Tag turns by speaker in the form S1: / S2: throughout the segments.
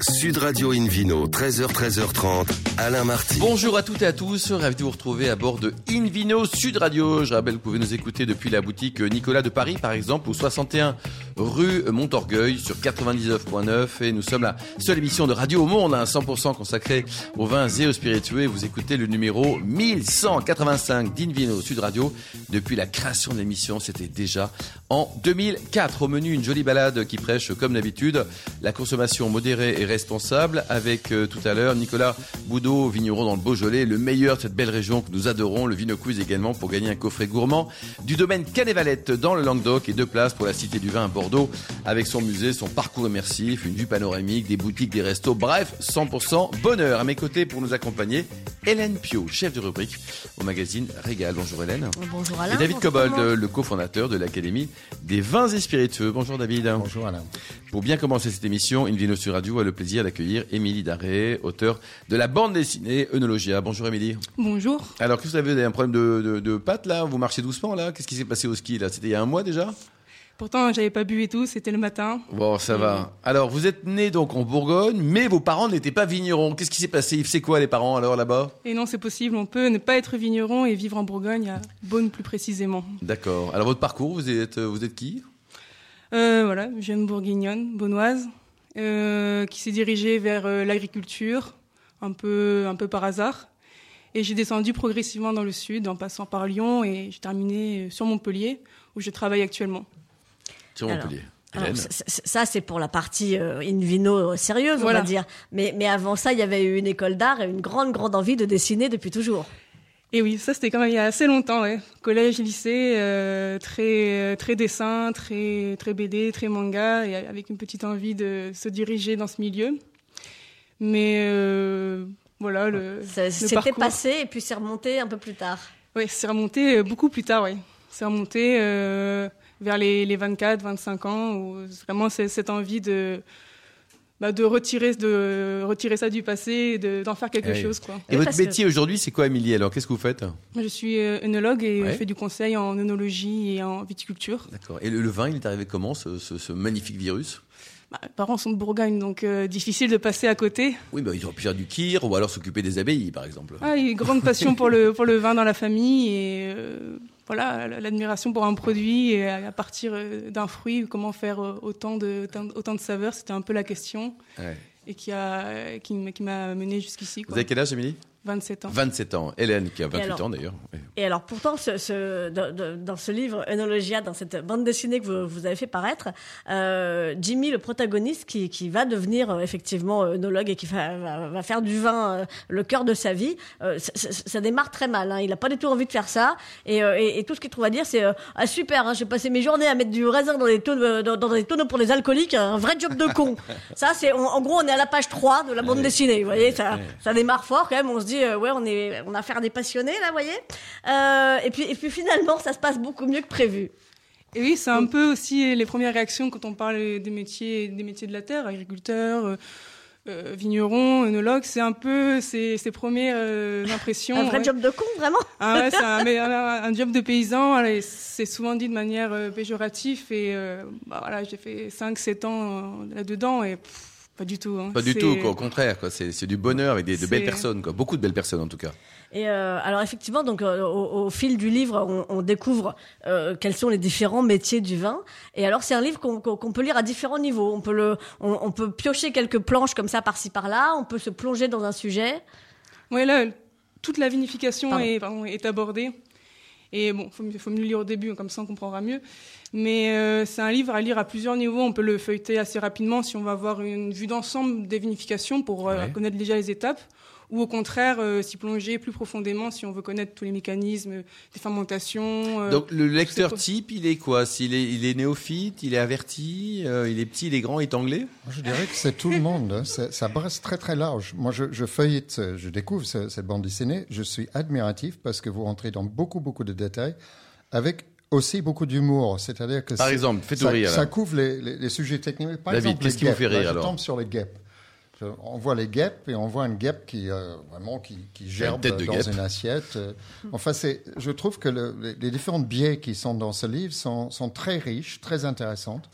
S1: Sud Radio Invino, 13h, 13h30, Alain Marty.
S2: Bonjour à toutes et à tous, ravi de vous retrouver à bord de Invino Sud Radio. Je rappelle que vous pouvez nous écouter depuis la boutique Nicolas de Paris, par exemple, au 61 rue Montorgueil sur 99.9. Et nous sommes la seule émission de radio au monde, à hein, 100% consacrée aux vins et aux spiritueux. Vous écoutez le numéro 1185 d'Invino Sud Radio. Depuis la création de l'émission, c'était déjà en 2004. Au menu, une jolie balade qui prêche, comme d'habitude, la consommation modérée et responsable avec euh, tout à l'heure Nicolas Boudot, vigneron dans le Beaujolais, le meilleur de cette belle région que nous adorons, le Vino Quiz également pour gagner un coffret gourmand du domaine Canévalette dans le Languedoc et deux places pour la Cité du Vin à Bordeaux avec son musée, son parcours immersif, une vue panoramique, des boutiques, des restos, bref, 100% bonheur. À mes côtés pour nous accompagner, Hélène Pio, chef de rubrique au magazine Régal. Bonjour Hélène.
S3: Bonjour Alain.
S2: Et David Cobold, euh, le cofondateur de l'Académie des vins et spiritueux. Bonjour David.
S4: Bonjour Alain.
S2: Pour bien commencer cette émission, Invino sur Radio a le plaisir d'accueillir Émilie Daré, auteur de la bande dessinée Eunologia. Bonjour Émilie.
S5: Bonjour.
S2: Alors, qu'est-ce que vous avez, vous avez un problème de, de, de pattes là Vous marchez doucement là Qu'est-ce qui s'est passé au ski là C'était il y a un mois déjà
S5: Pourtant, j'avais pas bu et tout, c'était le matin.
S2: Bon, ça va. Mm-hmm. Alors, vous êtes né donc en Bourgogne, mais vos parents n'étaient pas vignerons. Qu'est-ce qui s'est passé Yves, c'est quoi les parents alors là-bas
S5: Et non, c'est possible, on peut ne pas être vigneron et vivre en Bourgogne, à Beaune plus précisément.
S2: D'accord. Alors, votre parcours, vous êtes, vous êtes qui
S5: Euh, voilà, jeune bourguignonne, beaunoise, euh, qui s'est dirigée vers euh, l'agriculture, un peu, un peu par hasard. Et j'ai descendu progressivement dans le sud, en passant par Lyon, et j'ai terminé euh, sur Montpellier, où je travaille actuellement.
S2: Sur
S3: Alors,
S2: Montpellier.
S3: Alors,
S2: Hélène.
S3: c- c- ça, c'est pour la partie euh, in vino sérieuse,
S5: Voilà.
S3: on va dire. Mais, mais avant ça, il y avait eu une école d'art et une grande, grande envie de dessiner depuis toujours.
S5: Et oui, ça c'était quand même il y a assez longtemps, ouais. Collège, lycée, euh, très euh, très dessin, très très BD, très manga, et avec une petite envie de se diriger dans ce milieu. Mais euh, voilà, le,
S3: Ça-
S5: le
S3: C'était
S5: parcours.
S3: passé et puis c'est remonté un peu plus tard.
S5: Ouais, c'est remonté euh, beaucoup plus tard, ouais. C'est remonté euh, vers les, les 24, 25 ans, où vraiment c'est cette envie de bah, de retirer de retirer ça du passé, et de- d'en faire quelque
S2: Ah oui.
S5: chose, quoi.
S2: Et votre
S3: parce que-
S2: métier aujourd'hui, c'est quoi Émilie alors Qu'est-ce que vous faites
S5: Moi, Je suis euh, œnologue et
S2: Ouais.
S5: je fais du conseil en œnologie et en viticulture.
S2: D'accord. Et le, le vin, il est arrivé comment, ce, ce- ce magnifique virus
S5: Bah, mes parents sont de Bourgogne, donc euh, difficile de passer à côté.
S2: Oui, bah, ils auraient pu faire du kir ou alors s'occuper des abbayes, par exemple.
S5: Ah, et grande passion pour le, pour le vin dans la famille et euh, voilà l'admiration pour un produit et à à partir euh, d'un fruit, comment faire euh, autant de, autant, autant de saveurs, c'était un peu la question
S2: Ouais.
S5: et qui, a, qui, m- qui m'a mené jusqu'ici,
S2: Vous
S5: quoi.
S2: avez quel âge, Émilie
S5: 27 ans.
S2: 27 ans. Hélène, qui a 28
S3: alors
S2: ans d'ailleurs. Oui.
S3: Et alors pourtant, ce, ce- dans, dans- dans ce livre Enologia, dans cette bande dessinée que vous, vous avez fait paraître, euh, Jimmy, le protagoniste, qui, qui va devenir euh, effectivement œnologue et qui va, va- va faire du vin euh, le cœur de sa vie, euh, ça, ça- ça démarre très mal. hein. Il n'a pas du tout envie de faire ça. Et, euh, et- et tout ce qu'il trouve à dire, c'est euh, ah super, hein, j'ai passé mes journées à mettre du raisin dans des tonneaux, euh, dans, dans des tonneaux pour les alcooliques, un vrai job de con. ça, c'est en, en gros, on est à la page 3 de la bande dessinée. Vous voyez, ça, ça démarre fort quand même. On se dit euh, ouais, on est, on a affaire à des passionnés là, vous voyez. Euh, et puis, et puis finalement, ça se passe beaucoup mieux que prévu.
S5: Et oui, c'est un peu aussi les premières réactions quand on parle des métiers, des métiers de la terre, agriculteurs, euh, euh, vignerons, œnologues, c'est un peu ces, ces premières euh, impressions.
S3: Un vrai
S5: ouais.
S3: job de con, vraiment.
S5: Ah ouais, c'est un, mais un, un job de paysan, allez, c'est souvent dit de manière euh, péjorative et euh, bah voilà, j'ai fait 5-7 ans euh, là-dedans et pff, pas du tout. hein.
S2: Pas du
S5: C'est-
S2: tout, quoi. au contraire. quoi. C'est c'est du bonheur avec des, de belles
S5: C'est-
S2: personnes, quoi. beaucoup de belles personnes en tout cas.
S3: Et euh, alors effectivement, donc euh, au, au fil du livre, on, on découvre euh, quels sont les différents métiers du vin. Et alors c'est un livre qu'on qu'on- qu'on peut lire à différents niveaux. On peut le, on, on peut piocher quelques planches comme ça par-ci par-là. On peut se plonger dans un sujet.
S5: Ouais, là, toute la vinification
S3: Pardon.
S5: est, pardon, est abordée. Et bon, faut, mieux- faut mieux le lire au début, comme ça on comprendra mieux. Mais euh, c'est un livre à lire à plusieurs niveaux. On peut le feuilleter assez rapidement si on va avoir une vue d'ensemble des vinifications pour euh,
S2: Ouais.
S5: connaître déjà les étapes. Ou au contraire, euh, s'y plonger plus profondément si on veut connaître tous les mécanismes euh, des fermentations. euh,
S2: Donc le lecteur
S5: pas.
S2: type, il est quoi S'il est, il est néophyte, il est averti, euh, il est petit, il est grand, il est anglais
S4: Moi, je dirais que c'est tout le monde. hein. C'est- Ça brasse très très large. Moi, je, je feuillette, euh, je découvre ce- cette bande dessinée. Je suis admiratif parce que vous rentrez dans beaucoup beaucoup de détails avec aussi beaucoup d'humour. C'est-à-dire que
S2: Par
S4: c'est-
S2: exemple, faites-nous
S4: ça,
S2: rire,
S4: ça
S2: là.
S4: couvre les, les- les sujets techniques. Par
S2: David,
S4: exemple, les
S2: qu'est-ce qui vous
S4: guêpes.
S2: fait rire,
S4: Là, je
S2: alors
S4: tombe sur les guêpes. Je- On voit les guêpes et on voit une guêpe qui euh, vraiment qui, qui gerbe
S2: tête de
S4: dans
S2: guêpe.
S4: une assiette. euh. Enfin, c'est, je trouve que le- les, les différents biais qui sont dans ce livre sont, sont très riches, très intéressantes.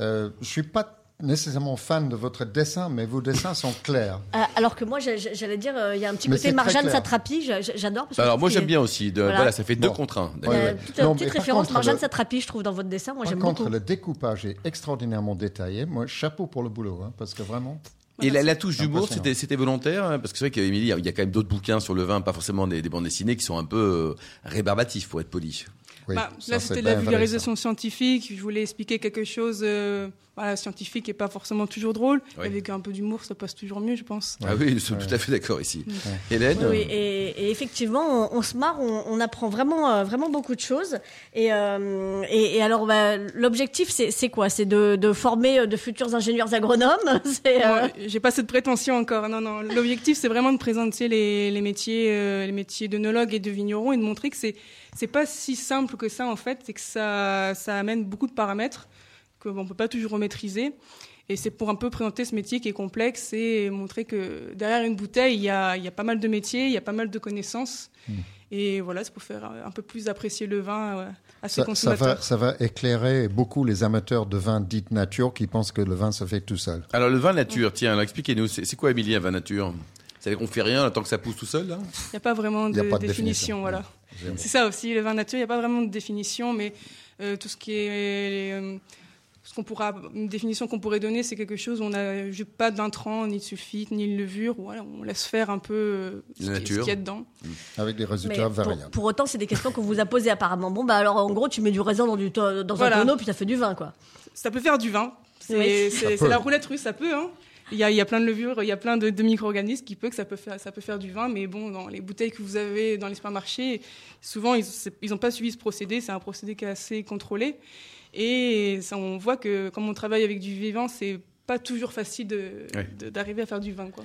S4: Euh, je suis pas nécessairement fan de votre dessin, mais vos dessins sont clairs.
S3: Euh, alors que moi, j'ai- j'ai- j'allais dire, euh, il y a un petit
S4: Mais c'est
S3: côté
S4: très
S3: Marjane
S4: clair.
S3: Satrapi, j'a- j'a- j'adore. parce que
S2: Alors moi
S3: je trouve
S2: j'aime
S3: qu'il y
S2: bien aussi. De, voilà.
S3: Voilà.
S2: ça fait
S4: Bon.
S2: deux contre un.
S3: a-
S4: Ouais,
S2: d'ailleurs.
S4: ouais.
S3: euh, Petite,
S4: Non, mais
S3: petite
S4: par
S3: référence
S4: contre,
S3: Marjane
S4: le-
S3: Satrapi, je trouve, dans votre dessin. Moi,
S4: Par
S3: j'aime
S4: contre,
S3: beaucoup.
S4: le découpage est extraordinairement détaillé. Moi, chapeau pour le boulot, hein, parce que vraiment,
S2: Et la, la touche d'humour,
S4: Impressionnant.
S2: c'était c'était volontaire hein, parce que c'est vrai qu'Émilie, il y a quand même d'autres bouquins sur le vin, pas forcément des, des bandes dessinées, qui sont un peu euh, rébarbatifs pour être poli.
S4: oui,
S5: Bah,
S4: ça,
S5: là,
S4: c'est
S5: c'était de la
S4: bien vrai,
S5: vulgarisation scientifique. Je voulais expliquer quelque chose euh, voilà, scientifique et pas forcément toujours drôle.
S2: Oui.
S5: Avec un peu d'humour, ça passe toujours mieux, je pense.
S4: Ouais.
S2: Ah oui, nous sommes
S4: Ouais.
S2: tout à fait d'accord ici. Hélène,
S3: Oui, oui, et, et effectivement, on, on se marre, on, on apprend vraiment, euh, vraiment beaucoup de choses. Et, euh, et, et alors, bah, l'objectif, c'est c'est quoi C'est de, de former euh, de futurs ingénieurs agronomes C'est, euh,
S5: Moi, J'ai pas cette prétention encore. Non, non. L'objectif, c'est vraiment de présenter les, les métiers, euh, les métiers d'œnologue et de vigneron et de montrer que c'est c'est pas si simple que ça en fait. C'est que ça ça amène beaucoup de paramètres que on peut pas toujours maîtriser. Et c'est pour un peu présenter ce métier qui est complexe et montrer que derrière une bouteille, il y a, il y a pas mal de métiers, il y a pas mal de connaissances.
S4: Mmh.
S5: Et voilà, c'est pour faire un peu plus apprécier le vin euh, à ses
S4: Ça, ça
S5: consommateurs.
S4: va, ça va éclairer beaucoup les amateurs de vin dite nature qui pensent que le vin se fait tout seul.
S2: alors le vin nature, tiens, alors, expliquez-nous, c'est c'est quoi Émilie un vin nature C'est-à-dire qu'on fait rien tant que ça pousse tout seul là
S5: Il n'y a pas vraiment
S4: Il
S5: de,
S4: y a pas de
S5: définition,
S4: définition,
S5: voilà.
S4: Zéro.
S5: C'est ça aussi, le vin nature, il n'y a pas vraiment de définition, mais euh, tout ce qui est... euh, ce qu'on pourra, une définition qu'on pourrait donner, c'est quelque chose où on n'a juste pas d'intrants, ni de sulfite, ni de levure. Voilà, on laisse faire un peu euh,
S2: La
S5: ce qui- ce
S2: nature.
S5: qu'il y a dedans.
S4: Avec des
S3: mais
S4: résultats
S3: pour,
S4: variables.
S3: pour autant, c'est des questions qu'on vous a posées apparemment. Bon, bah alors, en gros, tu mets du raisin dans, du, to- dans
S5: Voilà.
S3: un tonneau, puis ça fait du vin, quoi.
S5: Ça peut faire du vin. C'est
S3: Oui.
S5: c'est-
S4: Ça
S5: c'est la
S4: peut.
S5: roulette russe, ça peut. hein. Il y, a, il y a plein de levures, il y a plein de, de micro-organismes qui peut que ça peut faire, ça peut faire du vin, mais bon, dans les bouteilles que vous avez dans les supermarchés, souvent ils c'est- ils n'ont pas suivi ce procédé. C'est un procédé qui est assez contrôlé, et ça, on voit que comme on travaille avec du vivant, c'est pas toujours facile de-
S2: Ouais.
S5: de- d'arriver à faire du vin, quoi.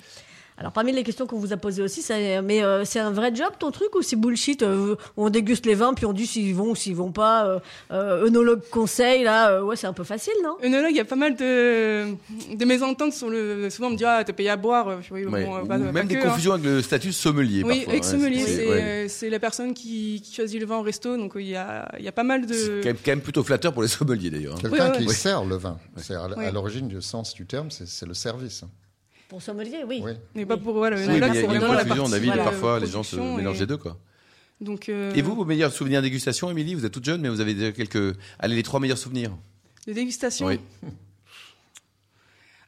S3: Alors, parmi les questions qu'on vous a posées aussi, c'est mais euh, c'est un vrai job ton truc ou c'est bullshit euh, On déguste les vins, puis on dit s'ils vont ou s'ils vont pas. Euh, euh, œnologue conseil, là, euh, ouais, c'est un peu facile, non
S5: Œnologue, il y a pas mal de, de mésententes sur le. Souvent, on me dit ah, t'as payé à boire. Je dis, Oui,
S2: Ouais.
S5: bon, euh,
S2: Ou
S5: pas- pas
S2: Même des
S5: que, hein.
S2: confusions avec le statut sommelier
S5: Oui,
S2: parfois.
S5: avec
S2: hein,
S5: sommelier,
S2: c'est-
S5: c'est
S2: ouais.
S5: euh, c'est la personne qui, qui choisit le vin au resto, donc euh, il y a, il y a pas mal
S2: C'est
S5: de...
S2: quand même- quand même plutôt flatteur pour les sommeliers d'ailleurs. hein.
S4: Quelqu'un
S5: euh, Oui, oui,
S4: qui
S2: oui.
S4: sert le vin, c'est à, l-
S5: Oui.
S4: à l'origine du sens du terme, c'est c'est le service. hein.
S3: Pour sommelier, oui.
S4: Oui.
S5: Mais pas pour... Voilà,
S2: Oui,
S5: le
S2: mais
S5: là,
S2: il y a
S5: c'est
S2: il y a une
S5: vraiment la
S2: confusion,
S5: partie,
S2: David,
S5: voilà,
S2: parfois les gens se
S5: production
S2: mélangent
S5: et-
S2: les deux quoi.
S5: Donc, euh,
S2: Et vous, vos meilleurs souvenirs de dégustation, Émilie Vous êtes toute jeune, mais vous avez déjà quelques. Allez, les trois meilleurs souvenirs.
S5: De dégustation
S2: Oui.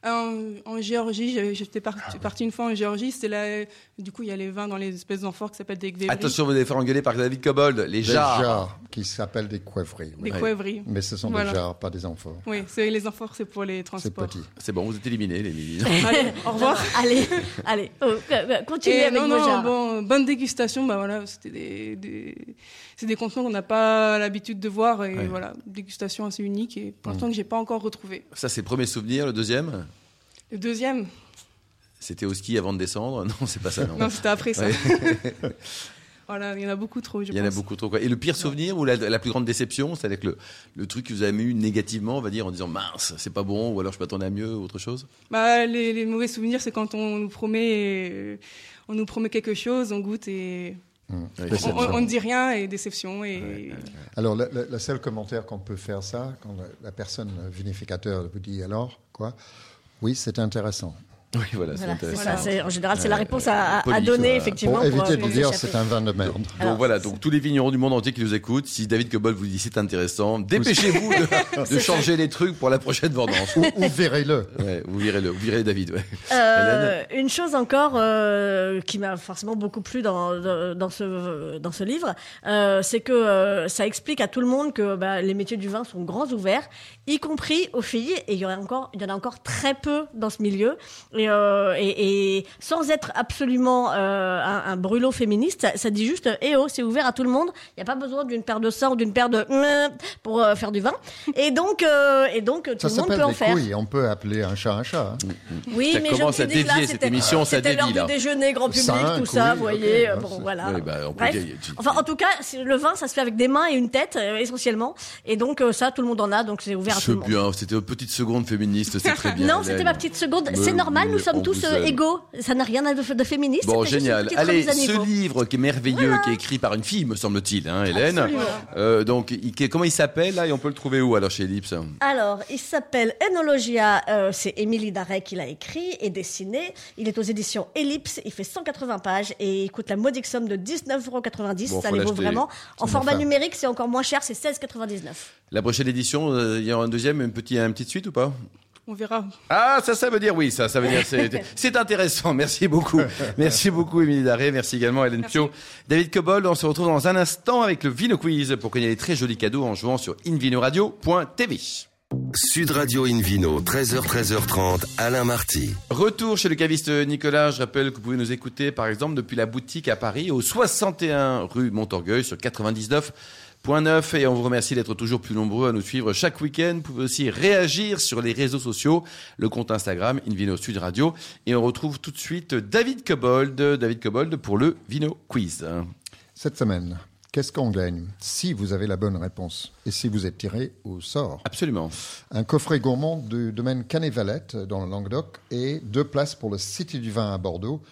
S5: En, euh, en Géorgie, j'ai- j'étais par-
S2: Ah,
S5: partie une fois en Géorgie, c'était là... Du coup, il y a les vins dans les espèces d'amphores qui s'appellent des gvevri,
S2: Attention, vous allez faire engueuler par David Cobold, les
S4: Des
S2: jarres.
S4: jarres qui s'appellent des coivries. oui.
S5: des coivries.
S4: Mais ce sont
S5: Voilà.
S4: des jarres, pas des amphores.
S5: Oui, c'est- les amphores, c'est pour les
S4: C'est
S5: transports.
S4: petit.
S2: C'est bon, vous êtes éliminés, les Émilie.
S5: Allez, au revoir.
S3: allez, allez, euh, euh, continuez
S5: Et
S3: avec
S5: non,
S3: vos
S5: non,
S3: jarres.
S5: bon, bonne dégustation, bah voilà, c'était des, des- c'est des contenants qu'on n'a pas l'habitude de voir et
S2: Ouais. Mm.
S5: voilà, dégustation assez unique et pour l'instant que j'ai pas encore retrouvé.
S2: Ça, c'est le premier souvenir. Le deuxième,
S5: Le deuxième,
S2: c'était au ski avant de descendre. Non, c'est pas ça, non.
S5: non, c'était après ça.
S2: Ouais.
S5: voilà, il y en a beaucoup trop, je
S2: Il y en a
S5: pense.
S2: beaucoup trop. Quoi. Et le pire souvenir ou la, la plus grande déception, c'est avec le, le truc que vous avez eu négativement, on va dire, en disant mince, c'est pas bon, ou alors je m'attendais à mieux, ou autre chose.
S5: Bah, les, les mauvais souvenirs, c'est quand on nous promet, euh, on nous promet quelque chose, on goûte et
S4: Mm.
S2: Ouais,
S5: on-
S4: Déception.
S5: on on ne dit rien et déception et
S4: Alors, le, le- le seul commentaire qu'on peut faire ça, quand la, la personne le vinificateur vous dit alors, quoi Oui, c'est intéressant.
S2: Oui, voilà, c'est
S3: Voilà, c'est
S2: intéressant.
S3: ça, c'est- en général, c'est la
S2: Ouais,
S3: réponse
S2: ouais,
S3: à, à- à
S2: poli,
S3: donner,
S2: voilà.
S3: effectivement.
S4: Pour éviter de
S3: euh,
S4: dire
S3: échapper.
S4: c'est un vin de merde.
S2: Donc
S3: Alors,
S2: voilà, donc tous les vignerons du monde entier qui nous écoutent, si David Cobold vous dit c'est intéressant, dépêchez-vous de, de changer les trucs pour la prochaine vendange.
S4: Ou verrez-le.
S2: Ouais, vous virez le, vous virez David. ouais.
S3: Euh, une chose encore euh, qui m'a forcément beaucoup plu dans, dans, dans ce, dans ce livre, euh, c'est que euh, ça explique à tout le monde que bah, les métiers du vin sont grands ouverts, y compris aux filles, et il y, en a encore, il y en a encore très peu dans ce milieu. Et, euh, et, et sans être absolument euh, un, un brûlot féministe, ça, ça dit juste euh, eh oh, c'est ouvert à tout le monde, il n'y a pas besoin d'une paire de seins ou d'une paire de pour euh, faire du vin. Et donc, euh, et donc tout
S4: Ça
S3: le monde peut
S4: s'appelle
S3: en
S4: des
S3: faire.
S4: couilles. On peut appeler un chat un chat. hein.
S3: Oui,
S2: Ça
S3: mais
S2: commence
S3: je me
S2: à
S3: suis dit que là,
S2: dévier, cette
S3: c'était-
S2: émission, ça hein.
S3: C'était l'heure
S2: dévie, là.
S3: du déjeuner, grand public,
S4: Cinq,
S3: tout ça,
S4: oui,
S3: vous voyez.
S4: ok,
S3: euh,
S4: ouais,
S3: bon,
S4: c'est-
S3: voilà.
S2: Ouais, bah, on peut
S3: Bref.
S2: dire- tu-
S3: Enfin, en tout cas, c'est- le vin, ça se fait avec des mains et une tête, euh, essentiellement. Et donc, euh, ça, tout le monde en a, donc c'est ouvert à tout
S2: C'est
S3: le monde.
S2: bien, c'était une petite seconde féministe, c'est très bien.
S3: Non, c'était
S2: Hélène.
S3: ma petite seconde.
S2: Mais
S3: C'est normal, nous sommes
S2: on
S3: tous
S2: vous
S3: euh,
S2: aime.
S3: égaux. Ça n'a rien de, de féministe.
S2: Bon,
S3: c'est juste
S2: génial.
S3: une petite
S2: Allez,
S3: remise à niveau.
S2: ce livre qui est merveilleux, qui est écrit par une fille, me semble-t-il, hein, Hélène.
S3: Absolument.
S2: Euh, donc, il- qui- comment il s'appelle là et on peut le trouver où alors chez Ellipse
S3: Alors, il s'appelle Enologia, euh, c'est Émilie Daret qui l'a écrit et dessiné. Il est aux éditions Ellipse, il fait 180 pages et il coûte la modique somme de 19,90
S2: Bon,
S3: euros. Ça
S2: faut
S3: les vaut
S2: l'acheter.
S3: vraiment. En
S4: va
S3: format
S4: faire.
S3: numérique, c'est encore moins cher, c'est 16,99.
S2: La prochaine édition, euh, il y aura un deuxième, une petite, une petite suite ou pas
S5: On verra.
S2: Ah, ça, ça veut dire oui, ça, ça veut dire c'est, c'est intéressant. Merci beaucoup. Merci beaucoup, Émilie Daré. Merci également, Hélène Pio. David Cobold, on se retrouve dans un instant avec le Vino Quiz pour gagner des très jolis cadeaux en jouant sur invinoradio.tv.
S1: Sud Radio Invino, 13h, 13h30, Alain Marty.
S2: Retour chez le caviste Nicolas. Je rappelle que vous pouvez nous écouter, par exemple, depuis la boutique à Paris, au 61 rue Montorgueil, sur 99.9 et on vous remercie d'être toujours plus nombreux à nous suivre chaque week-end. Vous pouvez aussi réagir sur les réseaux sociaux, le compte Instagram Invino Sud Radio. Et on retrouve tout de suite David Cobold, David Cobold pour le Vino Quiz.
S4: Cette semaine, qu'est-ce qu'on gagne si vous avez la bonne réponse et si vous êtes tiré au sort
S2: Absolument.
S4: Un coffret gourmand du domaine Canet-Valette euh, dans le Languedoc et deux places pour le Cité du Vin à Bordeaux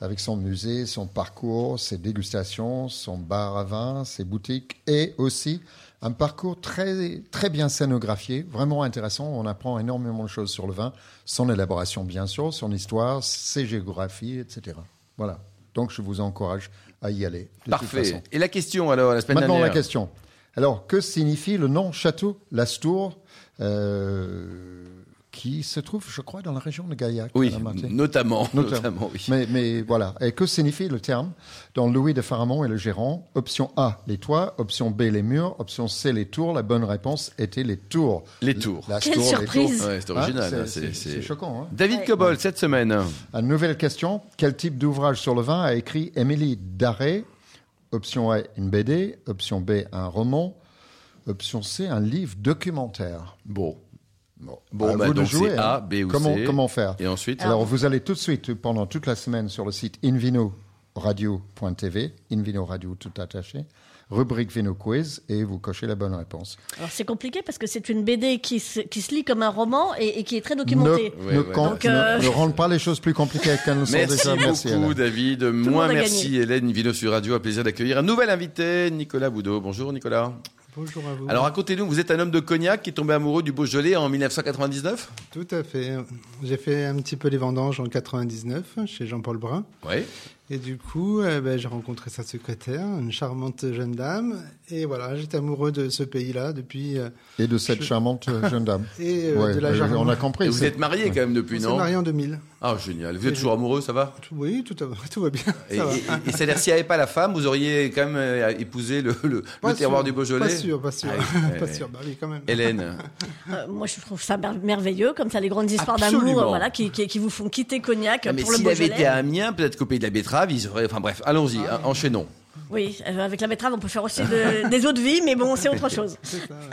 S4: avec son musée, son parcours, ses dégustations, son bar à vin, ses boutiques et aussi un parcours très, très bien scénographié, vraiment intéressant. On apprend énormément de choses sur le vin, son élaboration bien sûr, son histoire, ses géographies, etc. Voilà. Donc je vous encourage à y aller. de toute façon.
S2: Parfait. Et la question alors, la semaine
S4: Maintenant la
S2: dernière.
S4: question. Alors, que signifie le nom château Lastour euh, qui se trouve, je crois, dans la région de Gaillac
S2: Oui,
S4: Alain Martin
S2: notamment,
S4: Notamment.
S2: notamment, oui.
S4: mais, mais voilà. Et que signifie le terme dans Louis de Pharamond et le gérant Option A, les toits. Option B, les murs. Option C, les tours. La bonne réponse était les tours.
S2: Les tours.
S4: La
S3: Quelle
S4: tour, les
S3: surprise.
S4: tours.
S2: Ouais, c'est
S4: Hein,
S2: original.
S4: c'est-
S2: hein, c'est-
S4: c'est-
S2: c'est-
S4: c'est choquant. hein.
S2: David Cobold, cette semaine.
S4: Une nouvelle question. Quel type d'ouvrage sur le vin a écrit Émilie Daré Option A, une BD. Option B, un roman. Option C, un livre documentaire.
S2: Bon.
S4: Bon,
S2: Bon,
S4: à
S2: bah,
S4: vous de
S2: donc
S4: jouer,
S2: c'est
S4: hein.
S2: A, B ou
S4: comment,
S2: C.
S4: Comment faire
S2: Et ensuite
S4: Alors, vous allez tout de suite, pendant toute la semaine, sur le site invinoradio.tv, Invino Radio tout attaché, rubrique Vino Quiz, et vous cochez la bonne réponse.
S3: Alors c'est compliqué parce que c'est une BD qui se, qui se lit comme un roman et, et qui est très documentée.
S4: Ne,
S2: Ouais,
S4: ne
S2: ouais,
S4: con-
S3: donc, euh,
S4: ne- ne rendent pas les choses plus compliquées qu'elles ne sont
S2: Merci
S4: déjà.
S2: beaucoup
S4: Alain.
S2: David,
S3: le
S2: moins
S3: monde a
S2: merci Hélène Vino sur Radio, un plaisir d'accueillir un nouvel invité, Nicolas Boudot. Bonjour Nicolas.
S6: Bonjour à vous.
S2: Alors racontez-nous, vous êtes un homme de Cognac qui est tombé amoureux du Beaujolais en 1999
S6: Tout à fait. J'ai fait un petit peu les vendanges en 99 chez Jean-Paul Brun.
S2: Oui.
S6: Et du coup, euh, ben, j'ai rencontré sa secrétaire, une charmante jeune dame. Et voilà, j'étais amoureux de ce pays-là depuis. euh,
S4: Et de cette
S6: Je-
S4: charmante euh, jeune dame.
S6: et euh,
S4: Ouais,
S6: de la
S4: euh,
S6: charmante.
S4: on a
S2: Et
S4: compris.
S2: vous
S4: c'est-
S2: êtes marié quand même depuis,
S6: On s'est
S2: non
S6: mariés en 2000.
S2: Ah génial, vous êtes toujours amoureux, ça va
S6: Tout- oui, tout, à- tout va bien.
S2: et,
S6: ça va.
S2: et- et- et c'est-à-dire, s'il n'y avait pas la femme, vous auriez quand même euh, épousé le, le-
S6: Pas
S2: le terroir
S6: sûr,
S2: du Beaujolais
S6: Pas sûr, pas sûr.
S2: Ah oui,
S6: pas
S2: oui,
S6: sûr.
S2: oui.
S6: Bah oui, quand même.
S2: Hélène,
S3: Euh, moi je trouve ça mer- merveilleux, comme ça les grandes histoires d'amour
S2: Absolument.
S3: euh, voilà, qui, qui, qui vous font quitter Cognac
S2: Ah,
S3: euh,
S2: mais
S3: pour le
S2: s'il avait
S3: Beaujolais. Ah
S2: été à Amiens, peut-être qu'au pays de la betterave, ils auraient... Enfin bref, allons-y, hein, enchaînons.
S3: Oui, euh, avec la betterave, on peut faire aussi de- des eaux de vie, mais bon, c'est autre chose.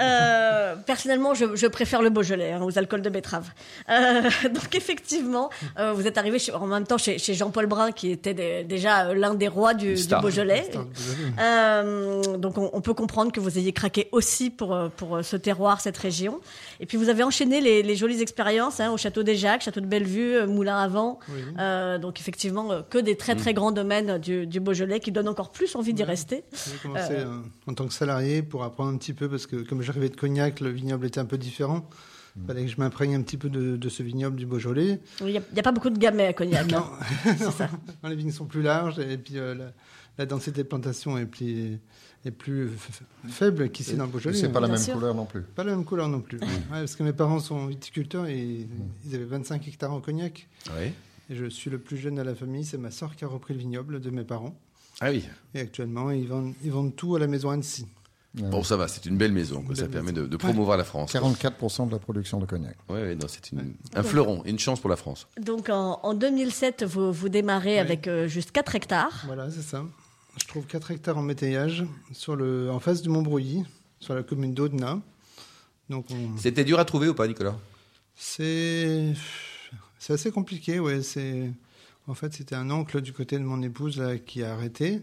S3: Euh, personnellement, je, je préfère le Beaujolais hein, aux alcools de betterave. Euh, donc, effectivement, euh, vous êtes arrivé chez- en même temps chez, chez Jean-Paul Brun, qui était des- déjà euh, l'un des rois du, du
S2: Star.
S3: Beaujolais.
S6: Star du Beaujolais.
S3: Euh, donc, on, on peut comprendre que vous ayez craqué aussi pour, euh, pour euh, ce terroir, cette région. Et puis, vous avez enchaîné les, les jolies expériences hein, au Château des Jacques, Château de Bellevue, euh, Moulin à Vent.
S6: Oui. Mm.
S3: Euh, donc, effectivement, euh, que des très, très grands domaines du, du Beaujolais qui donnent encore plus envie d'y rester.
S6: J'ai commencé euh, en tant que salarié pour apprendre un petit peu parce que comme j'arrivais de Cognac, le vignoble était un peu différent.
S2: Mm.
S6: Il fallait que je m'imprègne un petit peu de, de ce vignoble du Beaujolais.
S3: Il n'y a, il y a pas beaucoup de gamets à Cognac. hein.
S6: Non, Non. Non, les vignes sont plus larges et puis euh, la, la densité de plantation est plus, est plus f- f- faible qu'ici dans le Beaujolais.
S4: C'est pas la
S3: Bien
S4: même
S3: sûr.
S4: couleur non plus.
S6: Pas la même couleur non plus. Ouais, parce que mes parents sont viticulteurs et ils avaient 25 hectares en cognac.
S2: Oui.
S6: Et je suis le plus jeune à la famille. C'est ma sœur qui a repris le vignoble de mes parents.
S2: Ah oui.
S6: Et actuellement, ils vendent, ils vendent tout à la maison Annecy.
S2: Bon, ça va, c'est une belle maison, quoi. ça
S6: Belle
S2: permet de, de promouvoir la France.
S4: 44% de la production de cognac.
S2: Ouais, ouais, non, c'est une- un fleuron, une chance pour la France.
S3: Donc en, en 2007, vous, vous démarrez avec euh, juste 4 hectares.
S6: Voilà, c'est ça. Je trouve 4 hectares en métayage sur le, en face du Mont Brouilly, sur la commune d'Audenat. Donc on-
S2: C'était dur à trouver ou pas, Nicolas
S6: C'est c'est assez compliqué, ouais. C'est en fait c'était un oncle du côté de mon épouse là, qui a arrêté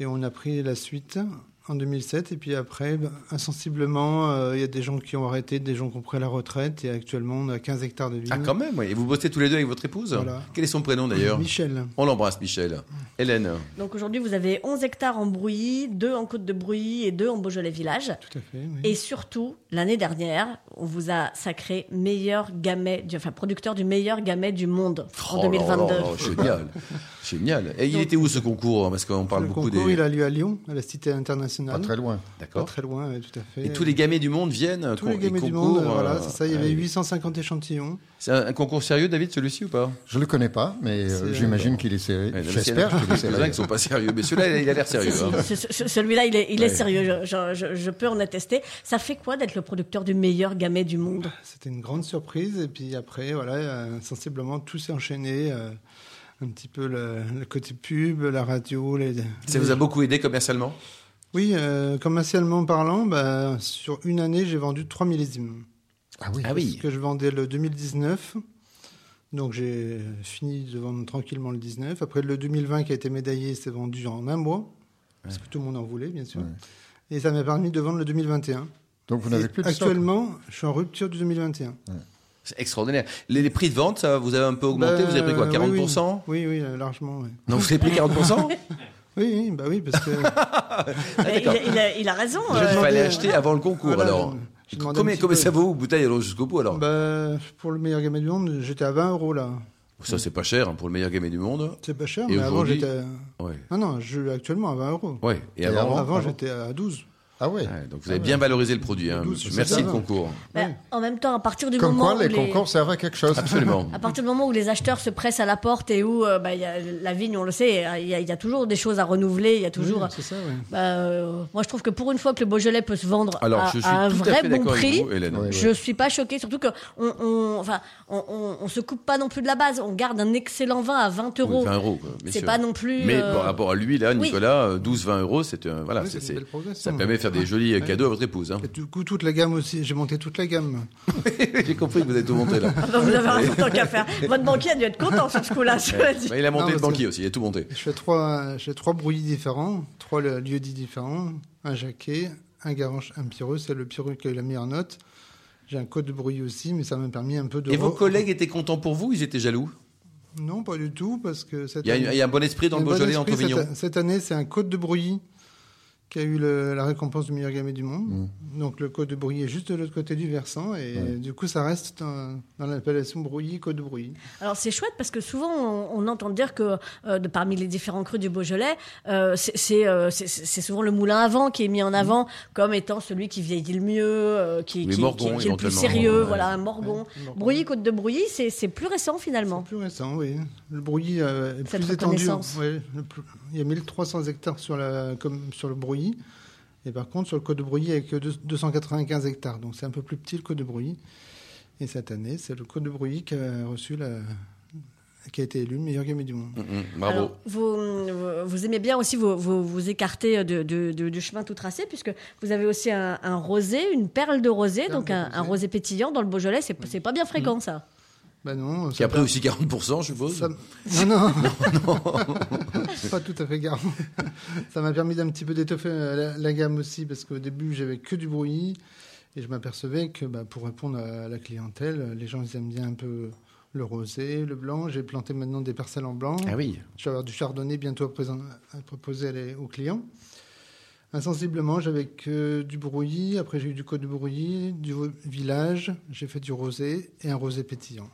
S6: et on a pris la suite. en 2007. Et puis après, ben, insensiblement, euh, il y a des gens qui ont arrêté, des gens qui ont pris la retraite. Et actuellement, on a 15 hectares de vignes.
S2: Ah, quand même, oui. Et vous bossez tous les deux avec votre épouse
S6: Voilà.
S2: Quel est son prénom d'ailleurs
S6: Michel.
S2: On l'embrasse, Michel. Hélène,
S3: Donc aujourd'hui, vous avez 11 hectares en Brouilly, 2 en Côte de Brouilly et 2 en Beaujolais Village.
S6: Tout à fait. oui.
S3: Et surtout, l'année dernière, on vous a sacré meilleur gamet, du- enfin producteur du meilleur gamet du monde en
S2: Oh là
S3: 2022.
S2: là là, génial, génial. Et il était où ce concours hein Parce qu'on parle
S6: Le
S2: beaucoup
S6: concours,
S2: des.
S6: il a lieu à Lyon, à la Cité
S4: Pas
S6: internationale.
S4: très loin.
S6: Pas
S2: D'accord.
S6: très loin, oui, tout à fait.
S2: Et tous les gamets du monde viennent.
S6: Tous
S2: con-
S6: les
S2: et
S6: gamins du
S2: concours,
S6: monde,
S2: euh,
S6: voilà, c'est ça. Il y avait
S2: ouais.
S6: 850 échantillons.
S2: C'est un, un concours sérieux, David, celui-ci ou pas
S4: Je le connais pas, mais euh,
S6: C'est-
S4: j'imagine qu'il est serré.
S2: Ouais, non, mais
S4: J'espère
S2: s'il y en
S4: qu'il
S2: a
S4: est
S2: Quelques-uns
S4: serré.
S2: qui sont pas sérieux, mais celui-là, il a l'air sérieux. hein.
S3: Ce- ce- ce- Celui-là, il est, il est
S2: Ouais.
S3: sérieux, je, je- je- je peux en attester. Ça fait quoi d'être le producteur du meilleur gamet du monde
S6: C'était une grande surprise. Et puis après, voilà, euh, sensiblement, tout s'est enchaîné. euh, un petit peu le, le côté pub, la radio. Les,
S2: Ça vous a beaucoup aidé commercialement
S6: Oui, euh, commercialement parlant, bah, sur une année, j'ai vendu 3 millésimes.
S4: Ah oui.
S2: Ah
S6: Parce que je vendais le 2019. Donc j'ai fini de vendre tranquillement le 19. Après le 2020 qui a été médaillé, c'est vendu en un mois. Parce que tout le monde en voulait, bien sûr.
S4: Ouais.
S6: Et ça m'a permis de vendre le 2021.
S4: Donc vous n'avez
S6: Et
S4: plus de stock.
S6: Actuellement, je suis en rupture du 2021.
S2: C'est extraordinaire. Les, les prix de vente, ça, vous avez un peu augmenté
S6: Bah,
S2: Vous avez pris quoi
S6: oui,
S2: 40%
S6: oui, oui, oui, largement. Oui.
S2: Non, vous avez pris 40%
S6: Oui, oui, bah oui, parce que
S2: Ah,
S3: Mais il,
S2: d'accord.
S3: a- il a- il a raison.
S2: Il
S3: euh,
S2: fallait
S6: demandé-
S2: acheter avant le concours,
S6: Voilà,
S2: alors.
S6: je- je demandais un
S2: Combien,
S6: petit
S2: combien
S6: peu.
S2: ça vaut, bouteille, alors jusqu'au bout, alors
S6: bah, pour le meilleur gamin du monde, j'étais à 20 euros là.
S2: Ça, c'est pas cher hein, pour le meilleur gamer du monde.
S6: C'est pas cher,
S2: Et
S6: mais avant
S2: aujourd'hui
S6: j'étais. à-
S2: Ouais.
S6: Non, non, je suis actuellement à 20 euros.
S2: Ouais. Et
S4: Et
S2: avant,
S6: Avant,
S4: Avant, avant.
S6: j'étais à 12.
S4: Ah oui.
S2: Ouais, donc vous avez bien valorisé le produit. hein.
S6: Douze, c'est
S2: Merci
S6: ça.
S2: le concours.
S3: bah, En même temps, à partir du
S4: Comme
S3: moment
S4: quoi, les
S3: où
S4: concours servent à quelque chose.
S2: Absolument.
S3: À partir du moment où les acheteurs se pressent à la porte et où euh, bah, il y a la vigne, on le sait, hein, il y, a- il y a toujours des choses à renouveler, il y a toujours.
S6: Oui, c'est ça, oui.
S3: Bah, euh, moi, je trouve que pour une fois que le Beaujolais peut se vendre
S2: Alors,
S3: à,
S2: je suis
S3: à un
S2: tout
S3: vrai
S2: à fait
S3: bon
S2: d'accord
S3: prix,
S2: avec vous, Hélène.
S4: Ouais.
S3: je suis pas choquée, surtout que on, on- enfin, on, on- on se coupe pas non plus de la base. On garde un excellent vin à 20 euros.
S2: Oui, 20 euros, quoi, bien
S3: C'est
S2: sûr.
S3: pas non plus.
S2: Mais
S3: euh,
S2: par rapport à lui, là,
S3: oui.
S2: Nicolas, euh, 12-20 euros, c'est un- voilà,
S6: Oui,
S2: c'est-
S6: c'est une
S2: c'est-
S6: belle progression. Ah,
S2: ça permet de faire des jolis euh, cadeaux à votre épouse. hein.
S6: Et du coup, toute la gamme aussi, j'ai monté toute la gamme.
S2: J'ai compris que vous avez tout monté là.
S3: ah bah, vous avez raison, tant qu'à faire. Votre banquier a dû être content sur ce coup-là. cela dit.
S2: Bah, il a monté
S6: Non,
S2: le
S6: parce
S2: banquier aussi, il a tout monté.
S6: Je fais trois, je fais trois brouillis différents, trois le- lieux dits différents, un jaquet, un garanche, un pireux, c'est le pireux qui a eu la meilleure note. J'ai un code de brouillis aussi, mais ça m'a permis un peu de...
S2: Et vos
S6: re-
S2: collègues étaient contents pour vous Ils étaient jaloux
S6: Non, pas du tout, parce que cette
S2: il y, a,
S6: année-
S2: il y a un bon esprit dans le
S6: Une bonne
S2: Beaujolais
S6: esprit,
S2: entre Vignons.
S6: Cette, cette année, c'est un Côte de Brouilly qui a eu le- la récompense du meilleur gamet du monde.
S2: Mm.
S6: Donc le Côte de Brouilly est juste de l'autre côté du versant et du coup ça reste dans, dans l'appellation Brouilly, Côte de Brouilly.
S3: Alors c'est chouette parce que souvent on, on entend dire que euh, de parmi les différents crus du Beaujolais, euh, c'est- c'est euh, c'est- c'est- c'est souvent le moulin à vent qui est mis
S6: Mmh.
S3: en avant comme étant celui qui vieillit le mieux, euh, qui,
S2: Les
S3: qui-
S2: Morgons,
S3: qui- qui est le plus
S2: éventuellement,
S3: sérieux,
S2: ouais.
S3: voilà un Morgon.
S6: Ouais, Morgon.
S3: Brouilly, Côte de Brouilly, c'est c'est plus récent
S6: C'est
S3: finalement.
S6: plus récent, oui. Le Brouilly euh, est
S3: Cette
S6: plus étendu.
S3: reconnaissance.
S6: Ouais, le plus- il y a 1300 hectares sur, la, comme sur le Brouilly. Et par contre, sur le Côte de Brouilly, il n'y a que deux- 295 hectares. Donc c'est un peu plus petit le Côte de Brouilly. Et cette année, c'est le Côte de Brouilly qui a reçu la, qui a été élu meilleur gamet du monde.
S2: Mm, mm, bravo.
S3: Alors, vous, vous- vous aimez bien aussi vous, vous, vous écarter de, de- de- du chemin tout tracé, puisque vous avez aussi un, un rosé, une perle de rosé,
S6: Perle
S3: donc
S6: de
S3: un,
S6: rosé. Mmh.
S3: un rosé pétillant dans le Beaujolais, c'est c'est pas bien fréquent ça.
S6: Ben non,
S2: qui
S6: ça
S2: a pris
S6: per-
S2: aussi 40%, je suppose.
S6: Ça- Non, non, pas tout à fait garant. Ça m'a permis d'un petit peu d'étoffer euh, la, la gamme aussi, parce qu'au début, j'avais que du bruit, et je m'apercevais que bah, pour répondre à la clientèle, euh, les gens, ils aiment bien un peu le rosé, le blanc. J'ai planté maintenant des parcelles en blanc.
S2: Ah oui.
S6: Je vais avoir du chardonnay bientôt à, présent- à proposer à les- aux clients. Insensiblement, j'avais que du brouillis, après j'ai eu du côte de brouillis, du vo- village, j'ai fait du rosé et un rosé pétillant.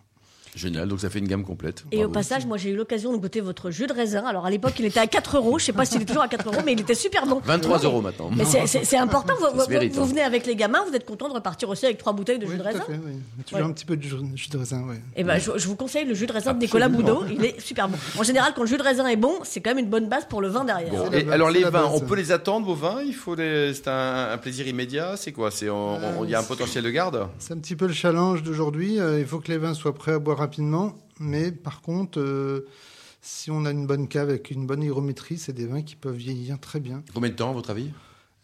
S2: Génial, donc ça fait une gamme complète.
S3: Et
S2: Bravo.
S3: au passage, moi j'ai eu l'occasion de goûter votre jus de raisin. Alors à l'époque, il était à 4 euros. Je sais pas s'il est toujours à 4 euros, mais il était super bon.
S2: 23
S3: Non, mais-
S2: euros maintenant.
S3: Mais c'est- c'est c'est important. Vous,
S2: se
S3: vous-
S2: mérite,
S3: vous
S2: hein.
S3: venez avec les gamins, vous êtes content de repartir aussi avec trois bouteilles de jus
S6: Oui,
S3: de
S6: tout à
S3: raisin.
S6: fait, oui. Il y a Toujours
S3: Ouais.
S6: un petit peu de jus, jus de raisin, oui.
S3: Et ben, je, je vous conseille le jus de raisin de Nicolas
S2: Absolument.
S3: Boudot. Il est super bon. En général, quand le jus de raisin est bon, c'est quand même une bonne base pour le vin derrière.
S2: Bon,
S6: C'est la
S2: et
S6: base,
S2: alors
S6: c'est
S2: les
S6: la
S2: vins, on
S6: base.
S2: peut les attendre vos vins Il faut les... c'est un, un plaisir immédiat. C'est quoi C'est on- on-
S6: Euh,
S2: il y a un potentiel de garde.
S6: C'est un petit peu le challenge d'aujourd'hui. Euh, Il faut que les vins soient prêts à boire rapidement. Mais par contre, euh, si on a une bonne cave avec une bonne hygrométrie, c'est des vins qui peuvent vieillir très bien.
S2: Combien de temps, à votre avis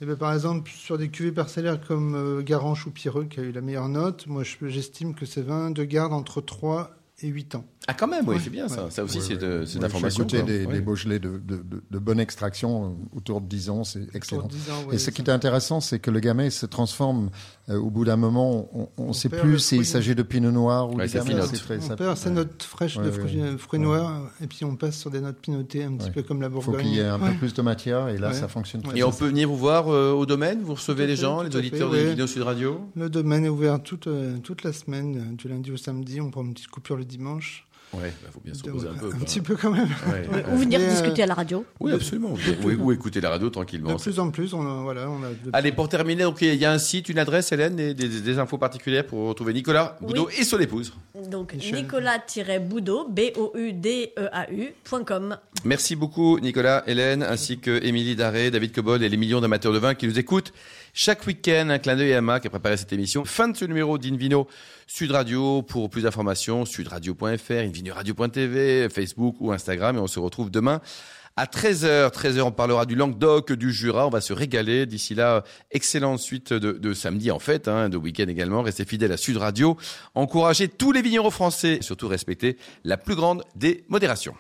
S6: Et bien, par exemple, sur des cuvées parcellaires comme euh, Garanche ou Pierreux, qui a eu la meilleure note, moi je- j'estime que ces vins de garde entre 3 et 8 ans.
S2: Ah, quand même, oui, c'est bien ça. Ça aussi,
S4: Oui,
S2: c'est
S4: oui.
S2: de, c'est de
S4: Oui,
S2: l'information. quoi.
S4: J'ai écouté des,
S2: Ouais.
S4: des Beaujolais de, de- de- de bonne extraction euh, autour de 10 ans, c'est excellent.
S6: Pour 10 ans,
S4: Et
S6: ouais,
S4: ce qui
S6: ça-
S4: est intéressant, c'est que le gamay se transforme euh, au bout d'un moment. On- On ne sait
S6: perd le
S4: plus s'il
S6: fruit.
S4: s'agit de pinot noir ou
S2: Ouais,
S4: de
S2: ça
S4: gamay
S2: finote.
S4: citré.
S6: On
S4: Ça-
S6: perd ces
S4: ouais.
S6: notes fraîches
S4: Ouais,
S6: de fruits, euh,
S4: ouais.
S6: fruits noirs et puis on passe sur des notes pinotées un petit
S4: Ouais.
S6: peu comme la
S4: Il faut
S6: Bourgogne.
S4: qu'il y ait un
S6: Ouais.
S4: peu plus de matière et là,
S6: Ouais.
S4: ça fonctionne très
S2: Et
S4: bien.
S2: on peut venir vous voir euh, au domaine Vous
S6: Tout
S2: recevez
S6: à
S2: les
S6: fait,
S2: gens,
S6: tout
S2: les
S6: à
S2: auditeurs
S6: fait,
S2: de
S6: oui.
S2: Vidéo Sud Radio
S6: Le domaine est ouvert toute, euh, toute la semaine, euh, du lundi au samedi. On prend une petite coupure le dimanche.
S2: Ouais, il faut bien se
S6: Donc, euh,
S2: reposer un peu. quoi.
S6: petit peu quand même.
S2: Ouais.
S3: Ouais, Ou venir
S6: Et, euh,
S3: discuter à la radio.
S2: Oui, absolument. Ou, ou écouter la radio
S6: De
S2: tranquillement.
S6: plus en plus, on a, voilà, on a de-
S2: Allez, pour terminer, donc, il y a un site, une adresse, Hélène, et des, des- des infos particulières pour retrouver Nicolas
S3: Oui.
S2: Boudot et son épouse.
S3: Donc
S6: Michel.
S3: nicolas-boudot, B-O-U-D-E-A-U, E point com.
S2: Merci beaucoup, Nicolas, Hélène, ainsi que Émilie Daré, David Cobol et les millions d'amateurs de vin qui nous écoutent chaque week-end. Un clin d'œil à Emma qui a préparé cette émission. Fin de ce numéro d'Invino Sud Radio. Pour plus d'informations, sudradio.fr, invinoradio.tv, Facebook ou Instagram. Et on se retrouve demain à 13h. 13h, on parlera du Languedoc, du Jura. On va se régaler. D'ici là, excellente suite de, de samedi, en fait, hein, de week-end également. Restez fidèles à Sud Radio. Encouragez tous les vignerons français. et Surtout, respectez la plus grande des modérations.